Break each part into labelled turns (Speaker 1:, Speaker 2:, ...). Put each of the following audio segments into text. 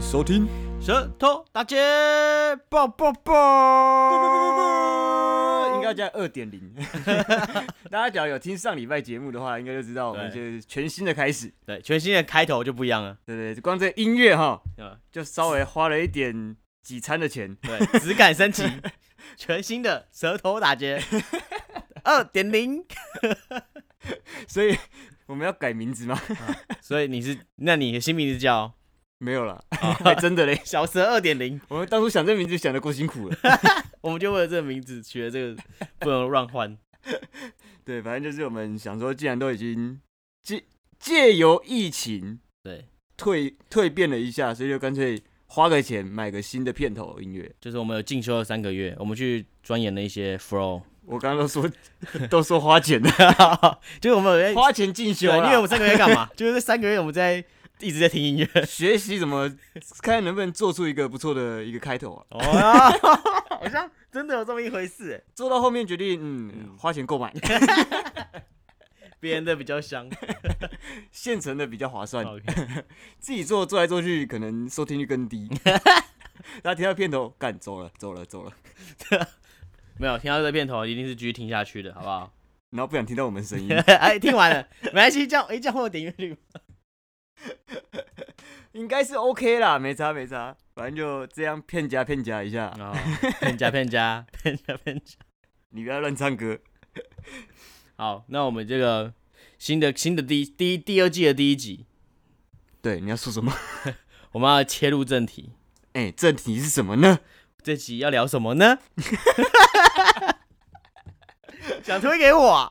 Speaker 1: 收听。
Speaker 2: 舌头大街爆爆爆！
Speaker 3: 应该加二点零。大家只要有听上礼拜节目的话，应该就知道我们就是全新的开始。
Speaker 2: 对，全新的开头就不一样了，
Speaker 3: 对对，对光这音乐哈，
Speaker 2: 啊，
Speaker 3: 就稍微花了一点几餐的钱。
Speaker 2: 对，质感升 级，全新的舌头打结二点零。
Speaker 3: 所以我们要改名字吗？
Speaker 2: 所以你是，那你的新名字 叫哦
Speaker 3: 没有啦，还真 的嘞。
Speaker 2: 小舌二点零，
Speaker 3: 我们当初想这名字想的够辛苦了。
Speaker 2: 我们就为了这个名字取了这个，不能乱换。
Speaker 3: 对，反正就是我们想说，既然都已经借借由疫情
Speaker 2: 对，
Speaker 3: 蜕蜕变了一下，所以就干脆花个钱买个新的片头音乐。
Speaker 2: 就是我们有进修了三个月，我们去钻研了一些 flow，
Speaker 3: 我刚刚都说都说花钱的，
Speaker 2: 就是我们有在
Speaker 3: 花钱进修啊
Speaker 2: 对因
Speaker 3: 啦，
Speaker 2: 为我们三个月 干嘛？就是这三个月我们在一直在听音乐。
Speaker 3: 学习怎么看能不能做出一个不错的一个开头啊。
Speaker 2: 哦 呀，好像真的有这么一回事哎。
Speaker 3: 做到后面决定，嗯，花钱购买
Speaker 2: 别人的比较香。
Speaker 3: 现成的比较划算，
Speaker 2: OK，
Speaker 3: 自己做做来做去，可能收听率更 低。大家听到片头，干走了走了走了，
Speaker 2: 没有听到这片头，一定是继续听下去的，好不好？
Speaker 3: 然后不想听到我们声 音，
Speaker 2: 哎，听完了，没关系，这样哎，这样会有点阅率吗。
Speaker 3: 应该是 OK 啦，没差没差，反正就这样骗夹骗夹一下，
Speaker 2: 哦， 骗家骗家骗家骗家。
Speaker 3: 你不要乱唱歌。
Speaker 2: 好，那我们这个新的新的第第第二季的第一集，
Speaker 3: 对，你要说 什么？
Speaker 2: 我们要切入正题。
Speaker 3: 哎、正题是什么呢？
Speaker 2: 这集要聊什么 呢？想推给我啊、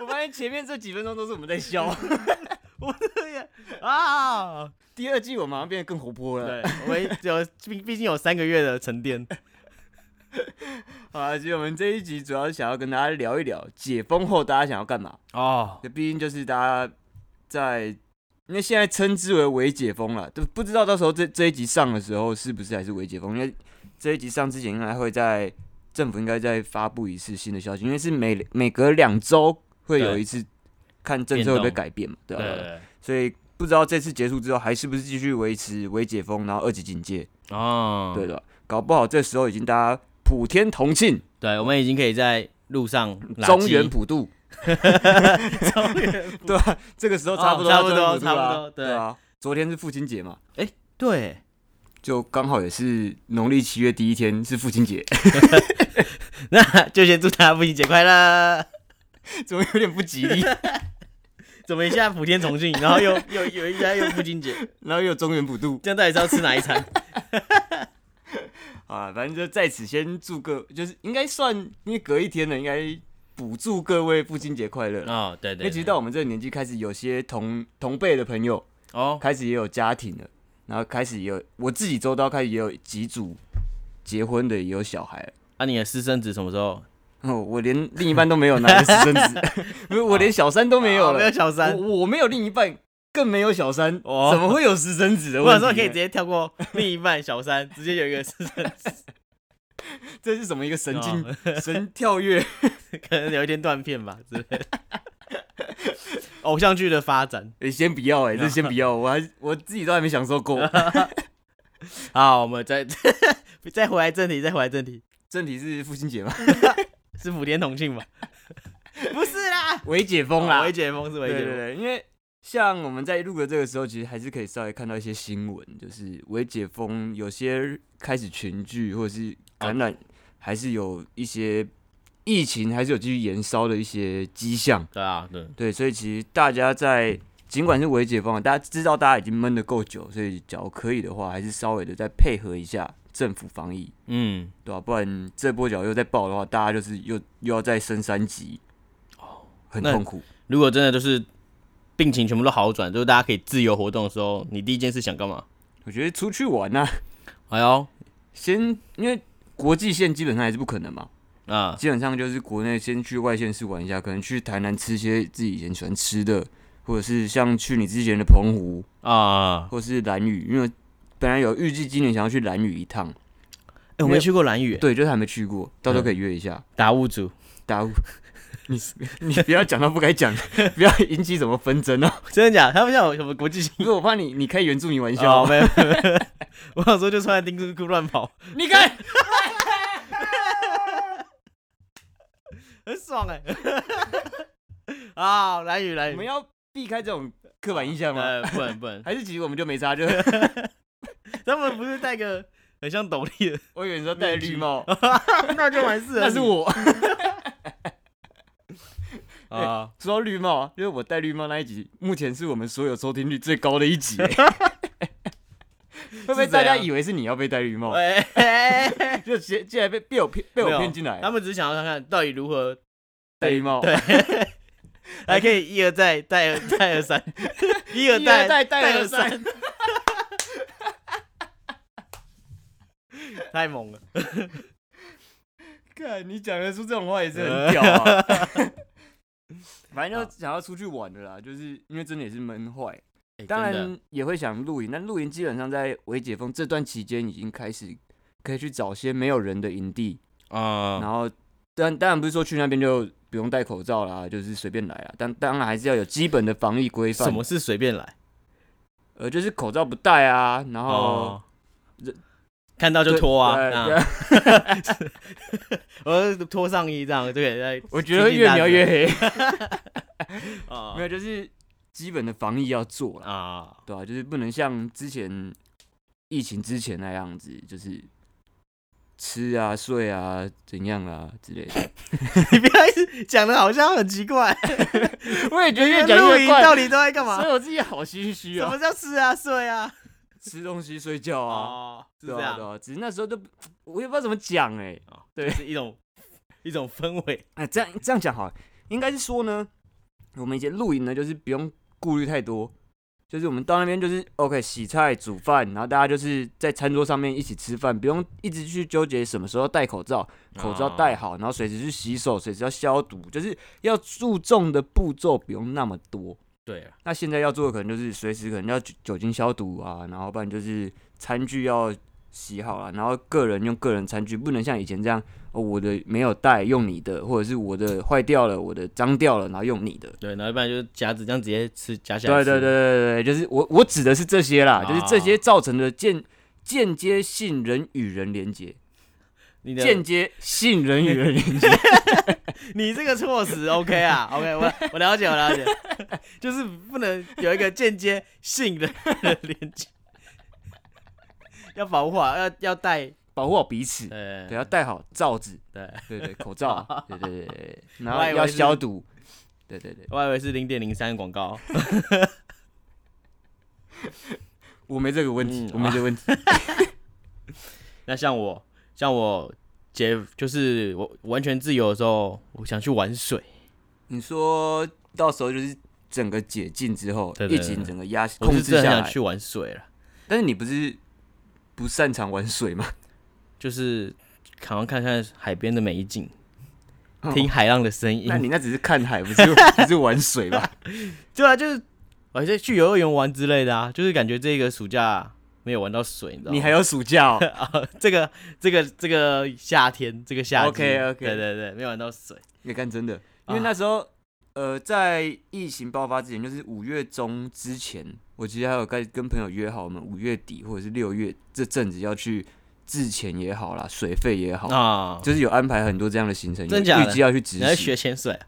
Speaker 3: 我发现前面这几分钟都是我们在笑。
Speaker 2: 我这也啊，
Speaker 3: 第二季我马上变得更活泼了。
Speaker 2: 对，我们有毕毕竟有三个月的沉淀，
Speaker 3: 好啊，其实我们这一集主要是想要跟大家聊一聊解封后大家想要干嘛。
Speaker 2: 哦，
Speaker 3: 这毕竟就是大家在，因为现在称之为伪解封了，都不知道到时候这这一集上的时候是不是还是伪解封，因为这一集上之前应该会在政府应该再发布一次新的消息，因为是每每隔两周会有
Speaker 2: 对
Speaker 3: 一次看政策会不会
Speaker 2: 变动
Speaker 3: 改变嘛，对
Speaker 2: 对
Speaker 3: 吧、
Speaker 2: 对对
Speaker 3: 所以不知道这次结束之后还是不是继续维持伪解封，然后二级警戒，
Speaker 2: 哦，
Speaker 3: 对的，搞不好这时候已经大家普天同庆，
Speaker 2: 对，我们已经可以在路上拉
Speaker 3: 中
Speaker 2: 鸡
Speaker 3: 原普渡。
Speaker 2: 中原普
Speaker 3: 对啊，这个时候
Speaker 2: 哦
Speaker 3: 差不多，
Speaker 2: 差不多
Speaker 3: 要中午
Speaker 2: 差不
Speaker 3: 了
Speaker 2: 多对
Speaker 3: 对啊。昨天是父亲节嘛，
Speaker 2: 对，
Speaker 3: 就刚好也是农历七月第一天是父亲 节，
Speaker 2: 那就先祝大家父亲节快乐。
Speaker 3: 怎么有点不吉利？
Speaker 2: 怎么一下普天同庆，然 后又又有一家又父亲节，
Speaker 3: 然后又有中原普渡
Speaker 2: 这样到底是要吃哪一 餐？
Speaker 3: 啊，反正就在此先祝各，就是应该算，因为隔一天了，应该补祝各位父亲节快乐啦。
Speaker 2: 哦，对
Speaker 3: 因
Speaker 2: 对
Speaker 3: 为其实到我们这个年纪开始，有些同同辈的朋友
Speaker 2: 哦，
Speaker 3: 开始也有家庭了，然后开始也有我自己周遭开始也有几组结婚的，也有小孩了。
Speaker 2: 那、啊你的私生子什么时候？
Speaker 3: 哦，我连另一半都没有，哪来的私生 子？不是，我连小三都没有
Speaker 2: 哦
Speaker 3: 了
Speaker 2: 没有。小三。
Speaker 3: 我我没有另一半，更没有小三，
Speaker 2: 哦
Speaker 3: 怎么会有私生子的
Speaker 2: 我
Speaker 3: 问
Speaker 2: 想
Speaker 3: 题？
Speaker 2: 说可以直，接跳过另一半小三，直接有一个私生子，
Speaker 3: 这是什么一个神经、
Speaker 2: 哦
Speaker 3: 神跳跃？
Speaker 2: 可能有一天断片吧之类的。 偶像剧的发展，
Speaker 3: 诶先不要哎、这先不 要，我还我自己都还没享受够。
Speaker 2: 好，我们再 再回来正题，再回来正题，
Speaker 3: 正题是父亲节嘛，
Speaker 2: 是普天同庆吧？ 不是啦，
Speaker 3: 微解封啦，
Speaker 2: 哦微解封是微
Speaker 3: 对
Speaker 2: 解
Speaker 3: 对
Speaker 2: 封，
Speaker 3: 对，因为像我们在录的这个时候，其实还是可以稍微看到一些新闻，就是微解封，有些开始群聚或者是感染，还是有一些疫情还是有继续延烧的一些迹象。
Speaker 2: 对啊，对，
Speaker 3: 对，所以其实大家在尽管是微解封，啊大家知道大家已经闷得够久，所以假如可以的话，还是稍微的再配合一下政府防疫，
Speaker 2: 嗯，
Speaker 3: 对吧、不然这波脚又再爆的话，大家就是又又要再升三级，哦，很
Speaker 2: 那
Speaker 3: 痛苦。
Speaker 2: 如果真的就是病情全部都好转，就是大家可以自由活动的时候，你第一件事想干嘛？
Speaker 3: 我觉得出去玩啊呢、
Speaker 2: 哎呦，
Speaker 3: 先因为国际线基本上还是不可能嘛，
Speaker 2: 啊，
Speaker 3: 基本上就是国内先去外县市玩一下，可能去台南吃些自己以前喜欢吃的，或者是像去你之前的澎湖
Speaker 2: 啊！
Speaker 3: 或是兰屿，因为本来有预计今年想要去兰屿一趟。
Speaker 2: 哎、我没去过蓝屿，
Speaker 3: 对，就是还没去过，到时候可以约一下。
Speaker 2: 打屋主，
Speaker 3: 大家 你你不要讲到不该讲，不要引起什么纷争哦。
Speaker 2: 真的假的？他们现在有什么国际性？
Speaker 3: 不是，我怕你，你开原住民玩
Speaker 2: 哦，
Speaker 3: 笑。
Speaker 2: 没有，没有没有我想说就穿着丁字裤乱跑，
Speaker 3: 你看，
Speaker 2: 很爽 哎、啊，蓝宇蓝
Speaker 3: 我
Speaker 2: 宇
Speaker 3: 们，要避开这种刻板印象吗？
Speaker 2: 呃，不能不能，
Speaker 3: 还是其实我们就没差？就
Speaker 2: 他们不是戴个很像斗笠的，
Speaker 3: 我以为你说戴绿帽，
Speaker 2: 那就完事了。
Speaker 3: 那是我。
Speaker 2: 啊，
Speaker 3: 说到绿帽，啊，因为我戴绿帽那一集，目前是我们所有收听率最高的一 集。会不会大家以为是你要被戴绿帽？
Speaker 2: 哎、嘿嘿嘿
Speaker 3: 就竟竟然被被我骗被
Speaker 2: 没
Speaker 3: 我
Speaker 2: 有
Speaker 3: 骗进来
Speaker 2: 他，们只是想要看看到底如何
Speaker 3: 戴绿帽，
Speaker 2: 对，
Speaker 3: 哎
Speaker 2: 还可以一而再，再而再而 三，一而再，
Speaker 3: 一而再再
Speaker 2: 再
Speaker 3: 而三
Speaker 2: 三，太猛了！
Speaker 3: 看你讲得出这种话也是
Speaker 2: 呃
Speaker 3: 很屌 啊。反正就想要出去玩的啦，就是因为真的也是闷坏，
Speaker 2: 哎
Speaker 3: 当
Speaker 2: 真的
Speaker 3: 然也会想露营。但露营基本上在未解封这段期间已经开始可以去找些没有人的营地，
Speaker 2: 啊，
Speaker 3: 然后但当然不是说去那边就不用戴口罩啦，就是随便来啦。但当然还是要有基本的防疫规范，
Speaker 2: 什么是随便来？
Speaker 3: 呃，就是口罩不戴啊，然后
Speaker 2: 哦，看到就脱啊，
Speaker 3: 对对
Speaker 2: 啊 我就脱上衣这样就可以在
Speaker 3: 我觉得会越描越黑。
Speaker 2: 啊
Speaker 3: 没有，就是基本的防疫要做啦，
Speaker 2: 啊，
Speaker 3: 对啊，就是不能像之前疫情之前那样子，就是吃啊、睡啊、怎样啊之类 的。
Speaker 2: 你不要一直讲的好像很奇怪，
Speaker 3: 我也觉得越讲
Speaker 2: 露
Speaker 3: 越
Speaker 2: 营
Speaker 3: 怪，
Speaker 2: 到底都在干嘛
Speaker 3: 所以？我自己好心虚
Speaker 2: 什
Speaker 3: 啊
Speaker 2: 么，叫吃啊睡啊？
Speaker 3: 吃东西、睡觉啊，
Speaker 2: 哦，是
Speaker 3: 对
Speaker 2: 这
Speaker 3: 啊，
Speaker 2: 样
Speaker 3: 对，啊，只是那时候都不我也不知道怎么讲哎、
Speaker 2: 哦
Speaker 3: 对
Speaker 2: 就是一种 一种氛围
Speaker 3: 哎，这样这样讲好了，应该是说呢，我们以前露营呢，就是不用顾虑太多，就是我们到那边就是 OK 洗菜煮饭，然后大家就是在餐桌上面一起吃饭，不用一直去纠结什么时候戴口罩，口罩戴好，然后随时去洗手，随时要消毒，就是要注重的步骤不用那么多。
Speaker 2: 对啊，
Speaker 3: 那现在要做的可能就是随时可能要酒酒精消毒啊，然后不然就是餐具要洗好了，然后个人用个人餐具，不能像以前这样，哦，我的没有带用你的，或者是我的坏掉了，我的脏掉了，然后用你的。
Speaker 2: 对，然后一般就是夹子这样直接吃夹起来
Speaker 3: 对对
Speaker 2: 吃，
Speaker 3: 对对对，就是我我指的是这些啦，
Speaker 2: 啊
Speaker 3: 就是这些造成的间间接性人与人连接，
Speaker 2: 你的
Speaker 3: 间接性人与人连接，
Speaker 2: 你这个措辞 OK 啊，OK，我我了解我了解， 就是不能有一个间接性的连接，要保护好，要要戴，
Speaker 3: 保护好彼此，
Speaker 2: 呃，
Speaker 3: 对，啊要戴好罩子，
Speaker 2: 对，
Speaker 3: 对对，口罩啊，对对对对对，然
Speaker 2: 我
Speaker 3: 后
Speaker 2: 还以为
Speaker 3: 要
Speaker 2: 是
Speaker 3: 消毒，对对对。
Speaker 2: 我还以为是零点零三广告，
Speaker 3: 我没这个问题，
Speaker 2: 嗯
Speaker 3: 我没这个问题。
Speaker 2: 那像我像我姐就是我完全自由的时候，我想去玩水，
Speaker 3: 你说到时候就是整个解禁之后，
Speaker 2: 对对对
Speaker 3: 疫情整个压
Speaker 2: 我
Speaker 3: 控
Speaker 2: 是
Speaker 3: 制
Speaker 2: 真的
Speaker 3: 下
Speaker 2: 很想
Speaker 3: 来
Speaker 2: 去，玩水了，
Speaker 3: 但是你不是不擅长玩水吗？
Speaker 2: 就是好像看看海边的美景，
Speaker 3: 哦
Speaker 2: 听海浪的声音
Speaker 3: 那，你那只是看海，不是 不是玩水 吧？
Speaker 2: 对啊，就是我还是去游乐园玩之类的啊，就是感觉这个暑假没有玩到水，你知道吗？
Speaker 3: 你还有暑假 哦。
Speaker 2: 啊，这个这个这个夏天，这个夏季
Speaker 3: OK，OK
Speaker 2: 对对对，没有玩到水，
Speaker 3: 你看，真的，
Speaker 2: 啊
Speaker 3: 因为那时候呃，在疫情爆发之前，就是五月中之前，我其实还有跟跟朋友约好，我们五月底或者是六月这阵子要去自潜也好啦，水费也好。
Speaker 2: 啊，
Speaker 3: 就是有安排很多这样的行程，有
Speaker 2: 真假
Speaker 3: 预
Speaker 2: 的
Speaker 3: 计要去执
Speaker 2: 你在
Speaker 3: 行。
Speaker 2: 学潜水啊？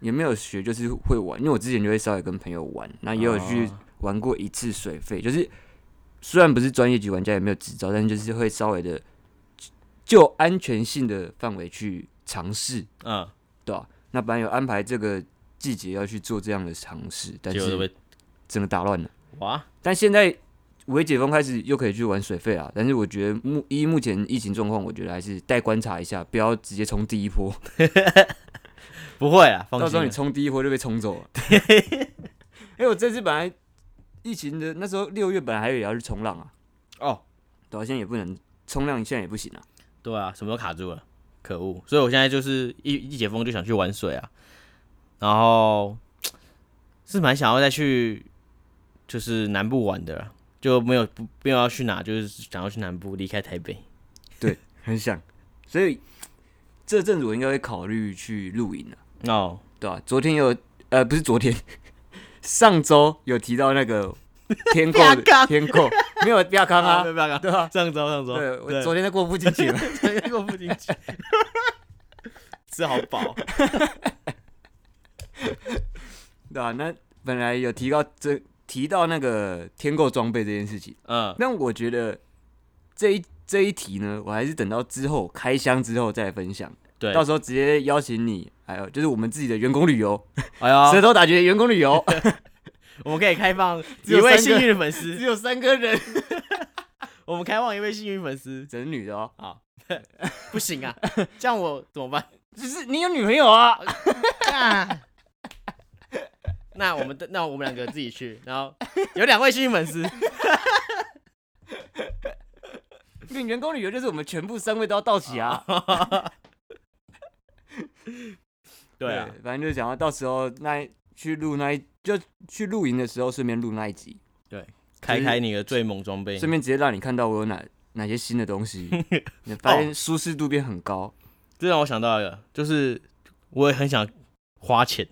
Speaker 3: 也没有学，就是会玩，因为我之前就会稍微跟朋友玩，那也有去
Speaker 2: 哦
Speaker 3: 玩过一次水费，就是虽然不是专业级玩家，也没有执照，但就是会稍微的就安全性的范围去尝试，
Speaker 2: 嗯，
Speaker 3: 对吧、那本来有安排这个季节要去做这样的尝试，但
Speaker 2: 结果都
Speaker 3: 是
Speaker 2: 被
Speaker 3: 整个打乱了。
Speaker 2: 哇，
Speaker 3: 但现在微解封开始又可以去玩水费啊，但是我觉得目依目前疫情状况，我觉得还是待观察一下，不要直接冲第一波。
Speaker 2: 不会啊，放
Speaker 3: 到时候
Speaker 2: 心
Speaker 3: 你
Speaker 2: 啊，
Speaker 3: 冲第一波就被冲走了。 因为我这次本来疫情的那时候六月本来还有也要去冲浪啊，
Speaker 2: 哦，
Speaker 3: 对啊，现在也不能冲浪，现在也不行啊。
Speaker 2: 对啊，什么都卡住了，可恶！所以我现在就是一一解封就想去玩水啊，然后是蛮想要再去就是南部玩的啦，就没有不没有要去哪，就是想要去南部离开台北。
Speaker 3: 很想，所以这阵子我应该会考虑去露营啊，
Speaker 2: 哦，
Speaker 3: 对吧、昨天有呃，不是昨天， 上周有提到那个天购
Speaker 2: 不要
Speaker 3: 的
Speaker 2: 扛
Speaker 3: 天购，没有不要康 啊
Speaker 2: 不，要不要
Speaker 3: 对吧、
Speaker 2: 上周上周，
Speaker 3: 对，我
Speaker 2: 对，
Speaker 3: 昨天都过不进去了。
Speaker 2: 天给我不进 去，吃好饱，
Speaker 3: 对啊，那本来有提到这提到那个添购装备这件事情，
Speaker 2: 嗯，
Speaker 3: 但我觉得这一这一题呢，我还是等到之后开箱之后再来分享，
Speaker 2: 对，
Speaker 3: 到时候直接邀请你，还有就是我们自己的员工旅游，
Speaker 2: 哎呀
Speaker 3: 舌，头打结的员工旅游，
Speaker 2: 我们可以开放
Speaker 3: 只
Speaker 2: 一
Speaker 3: 有三
Speaker 2: 位
Speaker 3: 个
Speaker 2: 幸运的粉
Speaker 3: 只
Speaker 2: 丝，
Speaker 3: 有三个人，
Speaker 2: 我们开放一位幸运粉丝，
Speaker 3: 整女的哦，
Speaker 2: 不行啊， 这样我怎么办？
Speaker 3: 就是你有女朋友啊，
Speaker 2: 啊 那我们的那我们两个自己去，然后有两位幸运粉丝，
Speaker 3: 那个员工旅游就是我们全部三位都要到齐啊，
Speaker 2: 对啊，
Speaker 3: 反正就是讲到到时候那一去录那一就去露营的时候顺便录那一集，
Speaker 2: 开开你的最猛装备，
Speaker 3: 顺便直接让你看到我有哪哪些新的东 西，你发现舒适度变很高。
Speaker 2: 这让我想到一个，就是我也很想花钱，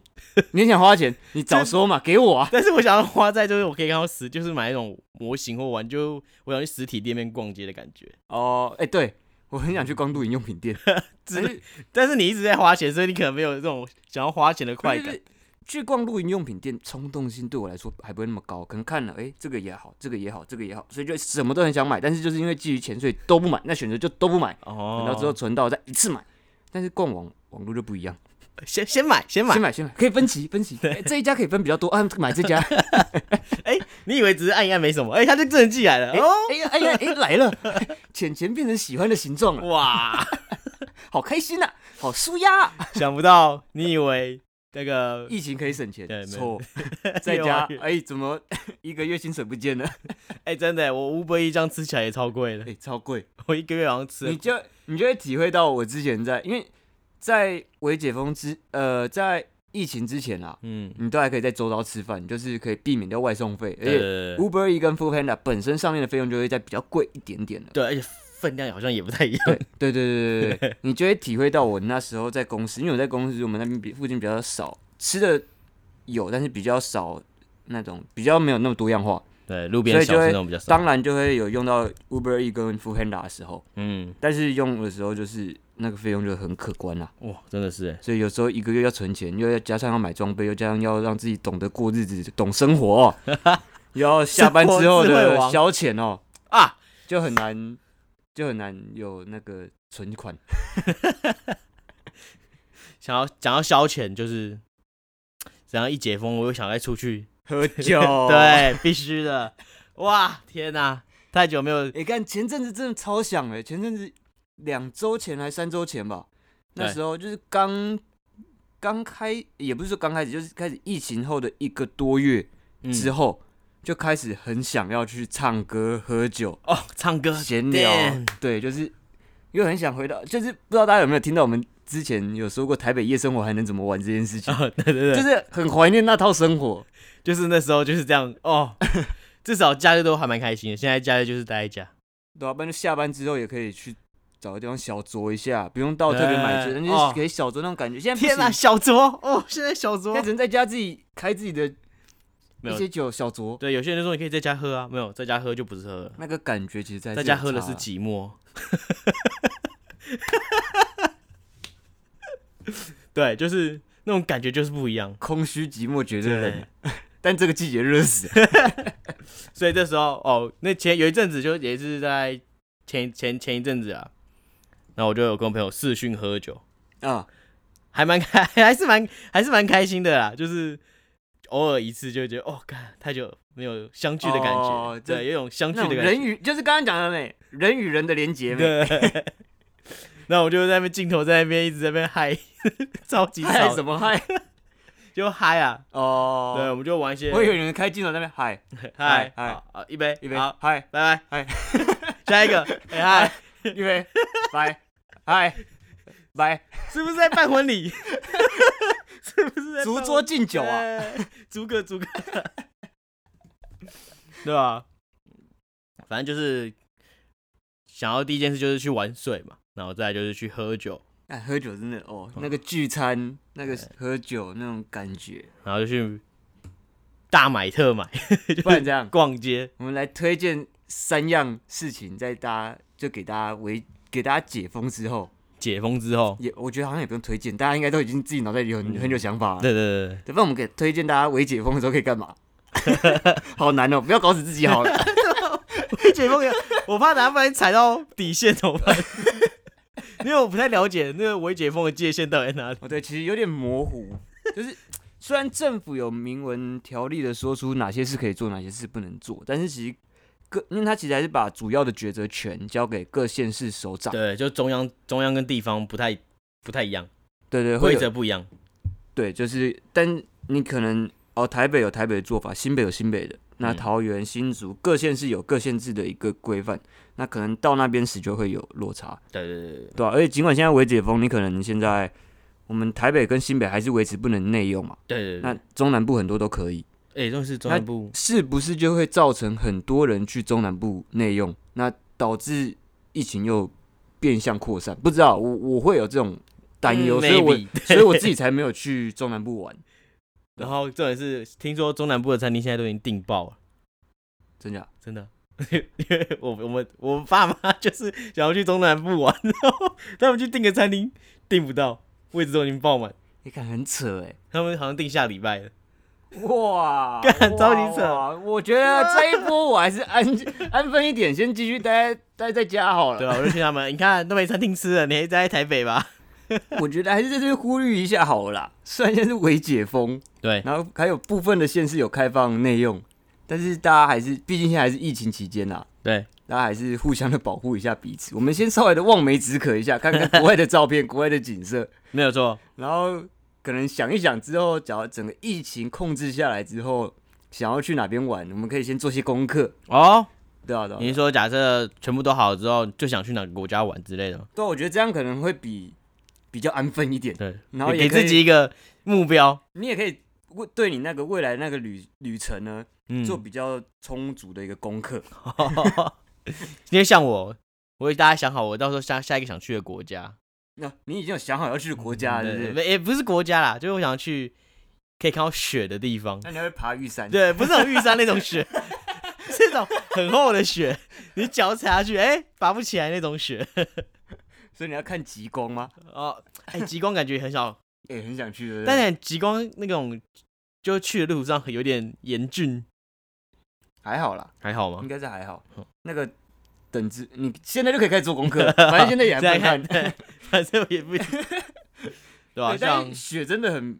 Speaker 3: 你想花钱，你早说嘛，给我啊！
Speaker 2: 但是我想要花在就是我可以看到实，就是买那种模型或玩具，就我想去实体店面逛街的感觉。
Speaker 3: 哦，哎，对我很想去光露营用品 店，
Speaker 2: 嗯之
Speaker 3: 但是
Speaker 2: 但是你一直在花钱，所以你可能没有这种想要花钱的快
Speaker 3: 就
Speaker 2: 感
Speaker 3: 是。去逛露营用品店，冲动性对我来说还不会那么高，可能看了，哎，这个也好，这个也好，这个也好，所以就什么都很想买，但是就是因为基于钱，所以都不买，那选择就都不买，
Speaker 2: 哦
Speaker 3: 等到之后存到再一次买。但是逛网网络就不一样，
Speaker 2: 先先买先买
Speaker 3: 先，买先买，可以分期分期，哎这一家可以分比较多啊，买这家，
Speaker 2: 哦你以为只是按一按没什么，哎、他就真的寄来了、
Speaker 3: 哎
Speaker 2: 哦，
Speaker 3: 哎呀哎呀哎来了， 钱钱变成喜欢的形状了，
Speaker 2: 哇！
Speaker 3: 好开心呐、啊，好舒压、啊。
Speaker 2: 想不到，你以为那个
Speaker 3: 疫情可以省钱
Speaker 2: 对，没 啊
Speaker 3: 错，在家
Speaker 2: 越玩越
Speaker 3: 哎、怎么 一个月薪水不见了？
Speaker 2: 哎、真的，我五百一张吃起来也超贵
Speaker 3: 哎、
Speaker 2: 的，
Speaker 3: 超贵！
Speaker 2: 我一个月好像吃
Speaker 3: 你
Speaker 2: 了，
Speaker 3: 就你就会体会到我之前在，因为在未解封之呃，在疫情之前啊，
Speaker 2: 嗯，
Speaker 3: 你都还可以在周遭吃饭，就是可以避免掉外送费，而
Speaker 2: 对
Speaker 3: 且
Speaker 2: 对对
Speaker 3: Uber E 跟 Food Panda 本身上面的费用就会在比较贵一点 点了。
Speaker 2: 对，而且分量好像也不太一样，
Speaker 3: 对对对对对对，你就会体会到我那时候在公司，因为我在公司我们那边比附近比较少吃的有，但是比较少那种比较没有那么多样化。
Speaker 2: 对，路
Speaker 3: 所
Speaker 2: 边
Speaker 3: 以
Speaker 2: 小
Speaker 3: 就
Speaker 2: 吃
Speaker 3: 会
Speaker 2: 那种比较少，
Speaker 3: 当然就会有用到 Uber E 跟 f o o Panda 的时候，
Speaker 2: 嗯，
Speaker 3: 但是用的时候就是那个费用就很可观啦、
Speaker 2: 哇，真的是，
Speaker 3: 所以有时候一个月要存钱，又要加上要买装备，又加上要让自己懂得过日子、懂生活、哦， 又要下班之后
Speaker 2: 生活智慧
Speaker 3: 的
Speaker 2: 王
Speaker 3: 消遣哦，
Speaker 2: 哎啊，
Speaker 3: 就很难，就很难有那个存 款。
Speaker 2: 想要想要消遣，就是想要一解封，我又想再出去，
Speaker 3: 喝酒，，
Speaker 2: 对，必须的，哇，天哪、太久没有，
Speaker 3: 你、看前阵子真的超想哎、前阵子两周前还三周前吧，
Speaker 2: 对
Speaker 3: 那时候就是刚刚开，也不是说刚开始，就是开始疫情后的一个多月
Speaker 2: 嗯，
Speaker 3: 之后，就开始很想要去唱歌、喝酒、
Speaker 2: 哦，唱 歌
Speaker 3: 闲聊
Speaker 2: damn，
Speaker 3: 对，就是又很想回到，就是不知道大家有没有听到我们之前有说过台北夜生活还能怎么玩这件事情，
Speaker 2: 哦，对对对，
Speaker 3: 就是很怀念那套生活。
Speaker 2: 就是那时候就是这样 哦，至少假日都还蛮开心的。现在假日就是待在家，
Speaker 3: 对啊，不然就下班之后也可以去找个地方小酌一下，不用到特别买醉，
Speaker 2: 对
Speaker 3: 但
Speaker 2: 哦
Speaker 3: 是可以小酌那种感觉。现在不
Speaker 2: 天哪、
Speaker 3: 行，
Speaker 2: 小酌哦，现在小
Speaker 3: 现在
Speaker 2: 酌
Speaker 3: 只能在家自己开自己的
Speaker 2: 没
Speaker 3: 一
Speaker 2: 有
Speaker 3: 些酒小酌，
Speaker 2: 对，有些人就说你可以在家喝啊，没有在家喝就不是喝了，
Speaker 3: 那个感觉其实在
Speaker 2: 在家喝的是寂寞。 对，就是那种感觉就是不一样。
Speaker 3: 空虚寂寞绝对
Speaker 2: 对
Speaker 3: 冷，，但这个季节热死。
Speaker 2: 所以这时候哦，那前有一阵子就也是在前前前一阵子啊，然后我就有跟我朋友视讯喝酒，
Speaker 3: 啊，
Speaker 2: 还蛮开， 还是蛮还是蛮开心的啦，就是偶尔一次就觉得哦，干太久没有相聚的感觉，
Speaker 3: 哦这
Speaker 2: 对，有一种相聚
Speaker 3: 那种
Speaker 2: 的感
Speaker 3: 人
Speaker 2: 觉。
Speaker 3: 与就是刚刚讲的呢，人与人的连接 嘛，
Speaker 2: 对， 那我就在那边镜头在那边一直在那边嗨， 超级
Speaker 3: 嗨
Speaker 2: 吵，
Speaker 3: 什么 嗨？
Speaker 2: 就嗨啊！对，
Speaker 3: 哦，
Speaker 2: 我们就玩一些
Speaker 3: 我以为你们开镜头在那边嗨
Speaker 2: 嗨
Speaker 3: 嗨
Speaker 2: 嗨
Speaker 3: 嗨
Speaker 2: 好好一杯
Speaker 3: 一杯
Speaker 2: 好，
Speaker 3: 嗨
Speaker 2: 拜拜 下一个哎嗨，
Speaker 3: 一杯， 拜嗨拜，
Speaker 2: 是不是在办婚礼？ 是不是在办
Speaker 3: 竹桌敬酒啊，
Speaker 2: 对，逐个逐个，对啊吧、反正就是想要第一件事就是去玩水嘛，然后再来就是去喝酒，
Speaker 3: 哎，喝酒真的哦，那个聚餐，那个喝酒那种感 觉。
Speaker 2: 然后就去大买特买，
Speaker 3: 不然这样，
Speaker 2: 逛街。
Speaker 3: 我们来推荐三样事情，在大家就给大家为给大家解封之后，
Speaker 2: 解封之后，
Speaker 3: 也我觉得好像也不用推荐，大家应该都已经自己脑袋里有
Speaker 2: 嗯
Speaker 3: 很很有想法了。
Speaker 2: 对对对对，
Speaker 3: 对，不然我们给推荐大家未解封的时候可以干嘛？ 好难哦，不要搞死自己好了。
Speaker 2: 解封也，我怕大家不然踩到底线怎么办？因为我不太了解那个微解封的界限到底在哪里。
Speaker 3: 哦，对，其实有点模糊，就是虽然政府有明文条例的说出哪些事可以做，哪些事不能做，但是其实各，因为它其实还是把主要的抉择权交给各县市首长。
Speaker 2: 对，就中央中央跟地方不太不太一样，
Speaker 3: 对对，会
Speaker 2: 规
Speaker 3: 有
Speaker 2: 则不一样。
Speaker 3: 对，就是，但你可能哦，台北有台北的做法，新北有新北的，那
Speaker 2: 嗯
Speaker 3: 桃园、新竹各县市有各县市的一个规范，那可能到那边时就会有落差，
Speaker 2: 对对对对，
Speaker 3: 对啊吧、而且尽管现在微解封，你可能现在我们台北跟新北还是维持不能内用嘛，
Speaker 2: 对对对
Speaker 3: 那，中南部很多都可以，
Speaker 2: 哎，重点是中南部
Speaker 3: 是不是就会造成很多人去中南部内用，那导致疫情又变相扩散？不知道，我我会有这种担忧，
Speaker 2: 嗯
Speaker 3: 所以我
Speaker 2: maybe
Speaker 3: 所以我自己才没有去中南部玩，
Speaker 2: 然后重点是，听说中南部的餐厅现在都已经订爆了，
Speaker 3: 真假？
Speaker 2: 真的。 因为我我们我爸妈 就是想要去中南部玩，然后他们去订个餐厅订不到，位置都已经爆满，
Speaker 3: 你看很扯哎、
Speaker 2: 他们好像订下礼拜了。
Speaker 3: 哇，
Speaker 2: 干
Speaker 3: 哇
Speaker 2: 超级扯
Speaker 3: 哇我觉得这一波我还是安安分一点，先继续待在待在家好
Speaker 2: 对
Speaker 3: 了。
Speaker 2: 啊，我就劝他们，你看都没餐厅吃了，你还在台北吧？
Speaker 3: 我觉得还是在这边呼吁一下好了啦。虽然现在是微解封，
Speaker 2: 对，
Speaker 3: 然后还有部分的县市有开放内用，但是大家还是，毕竟现在还是疫情期间啦，
Speaker 2: 对，
Speaker 3: 大家还是互相的保护一下彼此。我们先稍微的望梅止渴一下，看看国外的照片、 国外的景色，
Speaker 2: 没有错，
Speaker 3: 然后可能想一想之后，假如整个疫情控制下来之后，想要去哪边玩，我们可以先做些功课。
Speaker 2: 哦，
Speaker 3: 对啊，对啊，
Speaker 2: 你是说假设全部都好了之后，就想去哪个国家玩之类的吗？
Speaker 3: 对啊，我觉得这样可能会比比较安分一点，
Speaker 2: 对，
Speaker 3: 然后
Speaker 2: 你
Speaker 3: 也
Speaker 2: 给
Speaker 3: 可以
Speaker 2: 自己一个目标，
Speaker 3: 你也可以为对你那个未来那个旅旅程呢
Speaker 2: 嗯，
Speaker 3: 做比较充足的一个功课。
Speaker 2: 因为像我，我为大家想好我到时候下下一个想去的国家，
Speaker 3: 那、你已经有想好要去的国家了，对不对？
Speaker 2: 嗯对，也不是国家啦，就是我想去可以看到雪的地方，
Speaker 3: 那你会爬玉山？
Speaker 2: 对，不是那种玉山那种雪， 是那种很厚的雪，你脚踩下去，哎、拔不起来那种雪。
Speaker 3: 所以你要看极光吗？
Speaker 2: 哦，哎、极光感觉很少，
Speaker 3: 也、很想去的。
Speaker 2: 但
Speaker 3: 是
Speaker 2: 是极光那种就去的路上有点严峻，
Speaker 3: 还好啦，
Speaker 2: 还好吗
Speaker 3: 应？该是还好
Speaker 2: 好。
Speaker 3: 那个等值，你现在就可以开始做功课了，反正现在也还
Speaker 2: 这 样
Speaker 3: 不看。
Speaker 2: 对，反正我也 不对吧、
Speaker 3: 对但
Speaker 2: 像
Speaker 3: 是雪真的很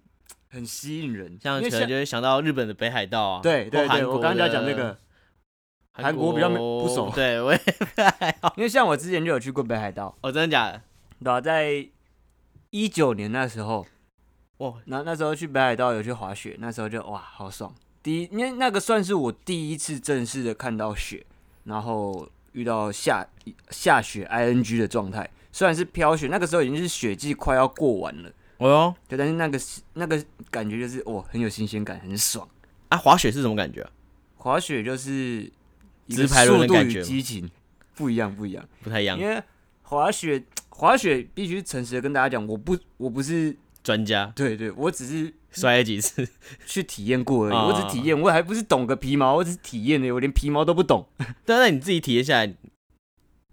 Speaker 3: 很吸引人，
Speaker 2: 像
Speaker 3: 因为
Speaker 2: 可能就会想到日本的北海道啊，
Speaker 3: 对对
Speaker 2: 或韩
Speaker 3: 对，我
Speaker 2: 国
Speaker 3: 刚刚就要讲
Speaker 2: 的
Speaker 3: 这个。
Speaker 2: 韩
Speaker 3: 韩国比较没不熟
Speaker 2: 对，我也哦
Speaker 3: 因为像我之前就有去过北海道，
Speaker 2: 哦，真的假的？
Speaker 3: 对吧、在一九年那时候，
Speaker 2: 哇，
Speaker 3: 那那时候去北海道有去滑雪，那时候就哇好爽。第一，因为那个算是我第一次正式的看到雪，然后遇到下下雪 ing 的状态，虽然是飘雪，那个时候已经是雪季快要过完了，
Speaker 2: 哦哟，
Speaker 3: 对，但是那个是那个感觉就是哇很有新鲜感，很爽。
Speaker 2: 啊，滑雪是什么感觉啊、
Speaker 3: 滑雪就是一
Speaker 2: 直
Speaker 3: 个
Speaker 2: 排轮的
Speaker 3: 速度
Speaker 2: 感觉
Speaker 3: 与
Speaker 2: 吗
Speaker 3: 激情不一样，不一样。
Speaker 2: 不太一样
Speaker 3: 因，为滑雪，滑雪必须诚实的跟大家讲，我不，我不是，
Speaker 2: 专家
Speaker 3: 对对，我只是
Speaker 2: 摔了几次，
Speaker 3: 去体验过而已，
Speaker 2: 啊
Speaker 3: 我只体验，我还不是懂个皮毛，我只是体验的，我连皮毛都不懂。
Speaker 2: 对啊，那你自己体验下来，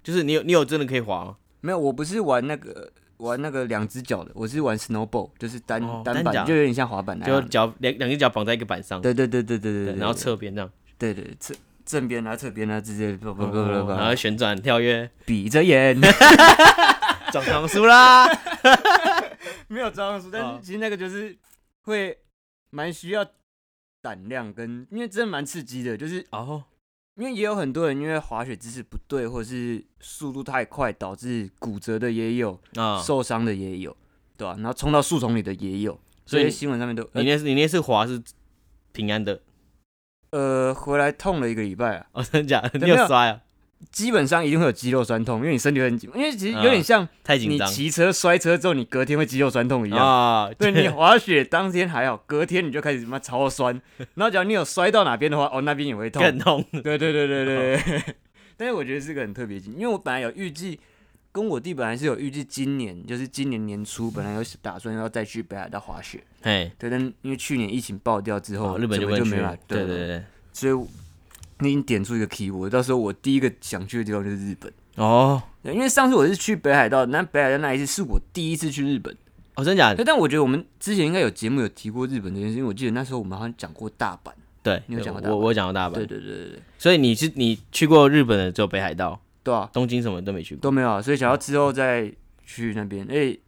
Speaker 2: 就是你有你有真的可以滑吗？
Speaker 3: 没有，我不是玩那个玩那个两只脚的，我是玩 snowball，就是单、
Speaker 2: 哦
Speaker 3: 单
Speaker 2: 单
Speaker 3: 板，
Speaker 2: 脚
Speaker 3: 就有点像滑板那
Speaker 2: 就
Speaker 3: 样。
Speaker 2: 脚两两只脚绑在一个板上，
Speaker 3: 对对对对对对
Speaker 2: 对
Speaker 3: 对，
Speaker 2: 然后，侧边这样，
Speaker 3: 对对对侧正边啊，侧边啊，直接不不不不
Speaker 2: 哦然后
Speaker 3: 不，
Speaker 2: 旋转跳跃，
Speaker 3: 闭着 眼，
Speaker 2: 长长 输啦。
Speaker 3: 没有装束，但
Speaker 2: 啊
Speaker 3: 是其实那个就是会蛮需要胆量跟，因为真的蛮刺激的，就是
Speaker 2: 哦，
Speaker 3: 因为也有很多人因为滑雪姿势不对，或是速度太快导致骨折的也有，
Speaker 2: 啊，
Speaker 3: 受伤的也有，对吧、然后冲到树丛里的也有，所
Speaker 2: 所以
Speaker 3: 以
Speaker 2: 你
Speaker 3: 新闻上面都
Speaker 2: 你那你那次滑是平安的
Speaker 3: 呃回来痛了一个礼拜啊，
Speaker 2: 哦，真的假的？你
Speaker 3: 对没
Speaker 2: 有
Speaker 3: 有
Speaker 2: 摔啊？
Speaker 3: 基本上一定会有肌肉酸痛，因为你身体会很紧，因为其实有点像
Speaker 2: 太嗯紧
Speaker 3: 你
Speaker 2: 张
Speaker 3: 骑车摔车之后，你隔天会肌肉酸痛一样。
Speaker 2: 啊！
Speaker 3: 对你滑雪当天还好，隔天你就开始他妈超酸，然后假如你有摔到哪边的话，哦那边也会痛，
Speaker 2: 更痛。
Speaker 3: 对对对对对对。但是我觉得是个很特别经历，因为我本来有预计跟我弟本来是有预计今年，就是今年年初本来有打算要再去北海道滑雪，
Speaker 2: 嘿，
Speaker 3: 对，但因为去年疫情爆掉之后，
Speaker 2: 哎哦日本
Speaker 3: 整
Speaker 2: 就
Speaker 3: 个
Speaker 2: 会
Speaker 3: 就
Speaker 2: 去
Speaker 3: 没了，，
Speaker 2: 对对对，
Speaker 3: 所以我你已经点出一个 key，我到时候我第一个想去的地方就是日本，
Speaker 2: 哦
Speaker 3: 对因为上次我是去北海道，那北海道那一次是我第一次去日本，
Speaker 2: 哦，真假
Speaker 3: 对，
Speaker 2: 的？
Speaker 3: 但我觉得我们之前应该有节目有提过日本这件事，因为我记得那时候我们好像讲过大阪，
Speaker 2: 对，
Speaker 3: 你有讲过大阪
Speaker 2: 我我有讲过大
Speaker 3: 对
Speaker 2: 阪，
Speaker 3: 对对对对，
Speaker 2: 所以你是你去过日本的只有北海道、
Speaker 3: 对啊，
Speaker 2: 东京什么都没去过。
Speaker 3: 都没有啊，所以想
Speaker 2: 嗯
Speaker 3: 要之后再去那边，因为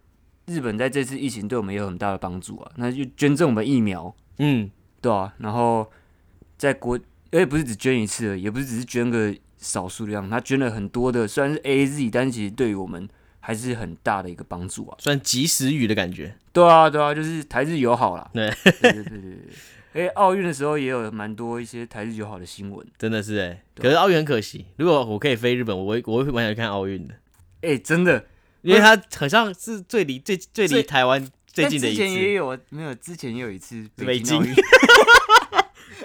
Speaker 3: 日本在这次疫情对我们也有很大的帮助啊，那就捐赠我们疫苗，
Speaker 2: 嗯，
Speaker 3: 对啊，然后在国，因为不是只捐一次而已，也不是只是捐个少数量，他捐了很多的，虽然是 A Z，但其实对于我们还是很大的一个帮助啊。
Speaker 2: 算及时雨的感觉。
Speaker 3: 对啊，对啊，就是台日友好啦。
Speaker 2: 对
Speaker 3: 对对对对对。哎、奥运的时候也有蛮多一些台日友好的新闻。
Speaker 2: 真的是哎、
Speaker 3: 对
Speaker 2: 可是奥运很可惜。如果我可以飞日本，我会我会蛮想去看奥运的，
Speaker 3: 哎、真的，
Speaker 2: 因为它好像是最离最最
Speaker 3: 最
Speaker 2: 离台湾最近的
Speaker 3: 但
Speaker 2: 一
Speaker 3: 之前也
Speaker 2: 次。
Speaker 3: 有没有？之前也有一次
Speaker 2: 北
Speaker 3: 京奥
Speaker 2: 京
Speaker 3: 运，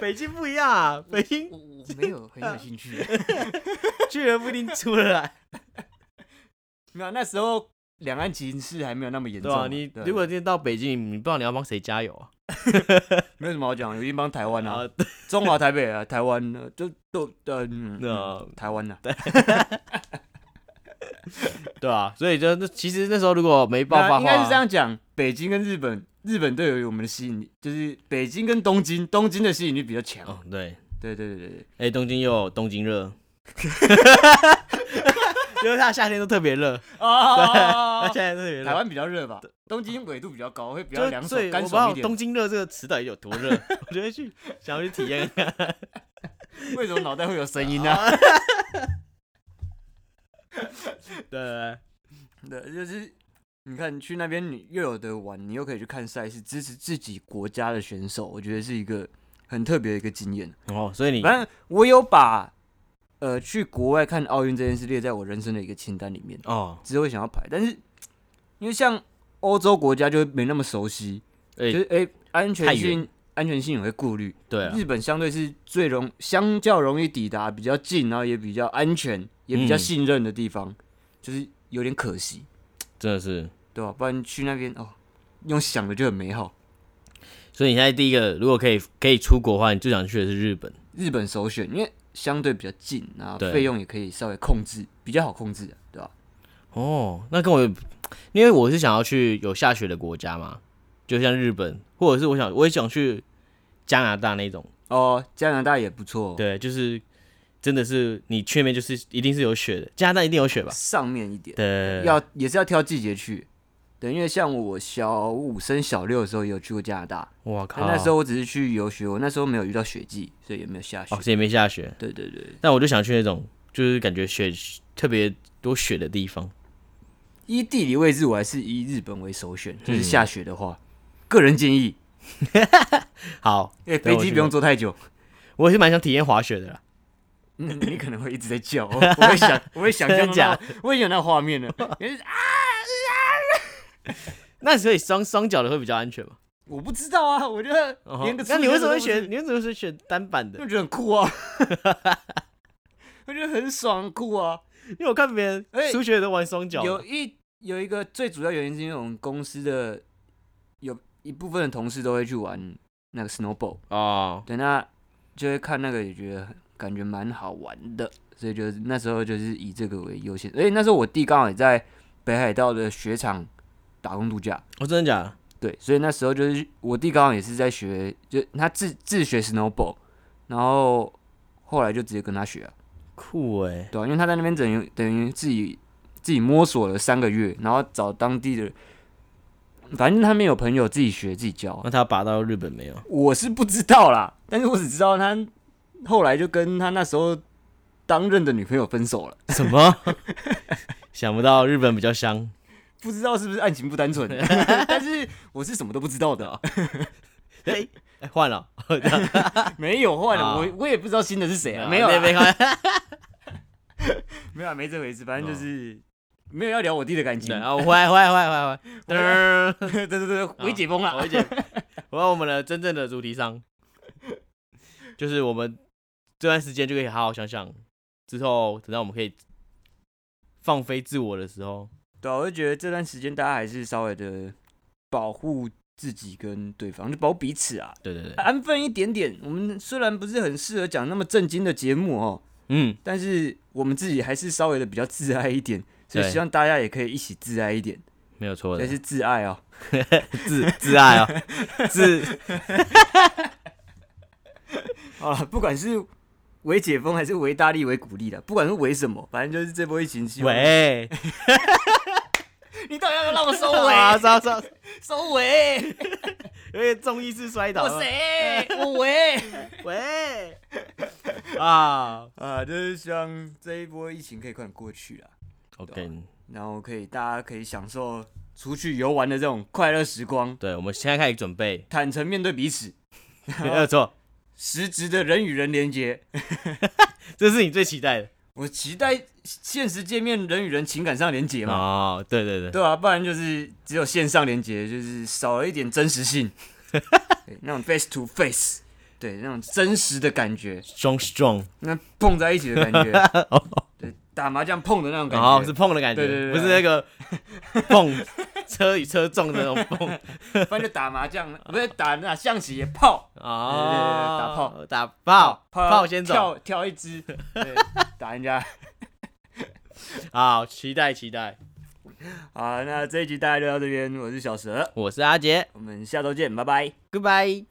Speaker 2: 北京不一样啊，北京
Speaker 3: 我我没有很有兴趣。
Speaker 2: 巨人不一定出得来。
Speaker 3: 没有，那时候两岸情势还没有那么严重
Speaker 2: 对
Speaker 3: 嘛。
Speaker 2: 啊，你
Speaker 3: 对
Speaker 2: 如果今天到北京，你不知道你要帮谁 加油啊？
Speaker 3: 没有什么好讲，我已经帮台湾啊。
Speaker 2: 啊，
Speaker 3: 中华台北啊，台湾呢，就都呃，嗯
Speaker 2: 那
Speaker 3: 台湾呐、
Speaker 2: 啊对啊，所以就那其实那时候如果没爆
Speaker 3: 那
Speaker 2: 发
Speaker 3: 应
Speaker 2: 的话，
Speaker 3: 该是这样讲，北京跟日本，日本对于我们的吸引力，就是北京跟东京，东京的吸引力比较强。
Speaker 2: 哦，对，
Speaker 3: 对对对 对
Speaker 2: 哎、东京又有东 京热，因为它夏天都特别热，
Speaker 3: 对，哦
Speaker 2: 它，夏天特别热。
Speaker 3: 台湾比较热吧，东京纬度比较高，会比较
Speaker 2: 啊就
Speaker 3: 凉
Speaker 2: 所以
Speaker 3: 爽、
Speaker 2: 我
Speaker 3: 干
Speaker 2: 不知道
Speaker 3: 爽一
Speaker 2: 东
Speaker 3: 点。
Speaker 2: 京热这个词到底有多 热，我觉得去想要去体验看看。
Speaker 3: 为什么脑袋会有声音呢、
Speaker 2: 对对对，
Speaker 3: 对，就是你看去那边，你又有得玩，你又可以去看赛事，支持自己国家的选手，我觉得是一个很特别的一个经验。
Speaker 2: 哦，所以你
Speaker 3: 反正我有把呃去国外看奥运这件事列在我人生的一个清单里面，
Speaker 2: 哦，
Speaker 3: 只会想要排。但是因为像欧洲国家就没那么熟悉，
Speaker 2: 哎、
Speaker 3: 就是哎、安全
Speaker 2: 太
Speaker 3: 性安全性也会顾虑。
Speaker 2: 对啊，
Speaker 3: 日本相对是最容相较容易抵达，比较近，然后也比较安全，也比较
Speaker 2: 嗯
Speaker 3: 信任的地方，就是有点可惜，
Speaker 2: 真的是。
Speaker 3: 对吧、不然去那边哦，用想的就很美好。
Speaker 2: 所以你现在第一个，如果可以可以出国的话，你最想去的是日本。
Speaker 3: 日本首选，因为相对比较近，然后
Speaker 2: 对
Speaker 3: 费用也可以稍微控制，比较好控制的，对吧、
Speaker 2: 哦，那跟我，因为我是想要去有下雪的国家嘛，就像日本，或者是我想我也想去加拿大那种，
Speaker 3: 哦，加拿大也不错、哦，
Speaker 2: 对，就是真的是你去那边就是一定是有雪的，加拿大一定有雪吧？
Speaker 3: 上面一点，
Speaker 2: 对，
Speaker 3: 要也是要挑季节去。对，因为像我小五升小六的时候也有去过加拿大，
Speaker 2: 我靠，
Speaker 3: 但那时候我只是去游学，我那时候没有遇到雪季，所以也没有下雪
Speaker 2: 哦，。所以没下雪，
Speaker 3: 对对对，
Speaker 2: 但我就想去那种就是感觉雪特别多雪的地方。
Speaker 3: 依地理位置，我还是以日本为首选，就是
Speaker 2: 嗯
Speaker 3: 下雪的话，个人建议，
Speaker 2: 好，
Speaker 3: 哎，
Speaker 2: 对
Speaker 3: 飞
Speaker 2: 我
Speaker 3: 机
Speaker 2: 去
Speaker 3: 不用
Speaker 2: 过
Speaker 3: 坐太久。
Speaker 2: 我也是蛮想体验滑雪的啦。
Speaker 3: 嗯你可能会一直在 叫，我我会想，我会想象
Speaker 2: 真假
Speaker 3: 到，我也有那画面了。啊
Speaker 2: 那所以双双脚的会比较安全嘛？
Speaker 3: 我不知道啊，我觉得
Speaker 2: 哦
Speaker 3: 连个
Speaker 2: 那你为什么会
Speaker 3: 学？
Speaker 2: 选？你为什么会选单板的
Speaker 3: 就？觉得很酷啊， 我觉得很爽很酷啊。
Speaker 2: 因为我看别人
Speaker 3: 哎
Speaker 2: 初学都玩双脚的，
Speaker 3: 有一有一个最主要原因是因为我们公司的有一部分的同事都会去玩那个 snowball，
Speaker 2: 哦，
Speaker 3: 对，那就会看那个也觉得很感觉蛮好玩的，所以就是那时候就是以这个为优先。而且那时候我弟刚好也在北海道的雪场打工度假，
Speaker 2: 我、真的假的？
Speaker 3: 对，所以那时候就是我弟刚好也是在学，就他自自学 snowball，然后后来就直接跟他学啊。
Speaker 2: 酷哎、
Speaker 3: 对啊，因为他在那边等于等于自己自己摸索了三个月，然后找当地的，反正他们有朋友自己学自己教啊
Speaker 2: 那，他拔到日本没有？
Speaker 3: 我是不知道啦，但是我只知道他后来就跟他那时候当任的女朋友分手了，
Speaker 2: 什么？ 想不到日本比较香。
Speaker 3: 不知道是不是爱情不单纯，但是我是什么都不知道的，啊
Speaker 2: 哎、哎换了，这样
Speaker 3: 没有换了，
Speaker 2: 啊
Speaker 3: 我我也不知道新的是谁啊，没有
Speaker 2: 没
Speaker 3: 啦
Speaker 2: 没看。
Speaker 3: 没有啊没这回事，反正就是没有要聊我弟的感情
Speaker 2: 哦 对，，然啊哦后换换换 换换， 噔，
Speaker 3: 对对对，回解封
Speaker 2: 好
Speaker 3: 了，
Speaker 2: 一点。回到我们的真正的主题上，就是我们这段时间就可以好好想想，之后等到我们可以放飞自我的时候，
Speaker 3: 对啊，我就觉得这段时间大家还是稍微的保护自己跟对方，就保护彼此啊，
Speaker 2: 对对对，
Speaker 3: 安分一点点。我们虽然不是很适合讲那么正经的节目哦，
Speaker 2: 嗯，
Speaker 3: 但是我们自己还是稍微的比较自爱一点，所以
Speaker 2: 对
Speaker 3: 希望大家也可以一起自爱一点，
Speaker 2: 没有错
Speaker 3: 但
Speaker 2: 的，
Speaker 3: 是自爱哦。
Speaker 2: 自自爱 啊、自
Speaker 3: 好了，不管是为解封还是为大力为鼓励的，不管是为什么，反正就是这波疫情希望。
Speaker 2: 喂，
Speaker 3: 你到底要不要让我收
Speaker 2: 啊，
Speaker 3: 尾？
Speaker 2: 糟糟，
Speaker 3: 收尾，
Speaker 2: 有点中意式摔倒
Speaker 3: 我
Speaker 2: 了，
Speaker 3: 谁？我喂。
Speaker 2: 喂，啊
Speaker 3: 啊，就是希望这一波疫情可以快点过去啦，对啊
Speaker 2: ，OK，
Speaker 3: 然后可以大家可以享受出去游玩的这种快乐时光，
Speaker 2: 对，我们现在开始准备，
Speaker 3: 坦诚面对彼此，
Speaker 2: 没有错，
Speaker 3: 实质的人与人连接。
Speaker 2: 这是你最期待的
Speaker 3: 我期待现实见面人与人情感上连接嘛，
Speaker 2: 哦，对对对，
Speaker 3: 对啊，不然就是只有线上连接，就是少了一点真实 性，对那种 face to face，对那种真实的感觉，
Speaker 2: strong strong，
Speaker 3: 那碰在一起的感 觉，对打麻将碰的那种感
Speaker 2: 哦，
Speaker 3: 觉
Speaker 2: 是，碰的感觉，
Speaker 3: 对对对
Speaker 2: 不是 那个碰车与车撞的那种 碰
Speaker 3: 反正就打麻将，不是打那象棋也泡。
Speaker 2: 哦，
Speaker 3: 对
Speaker 2: 打炮，打炮，
Speaker 3: 跑
Speaker 2: 炮先走，
Speaker 3: 跳跳一只， 对，打人家。
Speaker 2: 好，期待期待，
Speaker 3: 好，那这一集大家就到这边，我是小蛇，
Speaker 2: 我是阿杰
Speaker 3: 我们下周见，拜拜。
Speaker 2: ，Goodbye。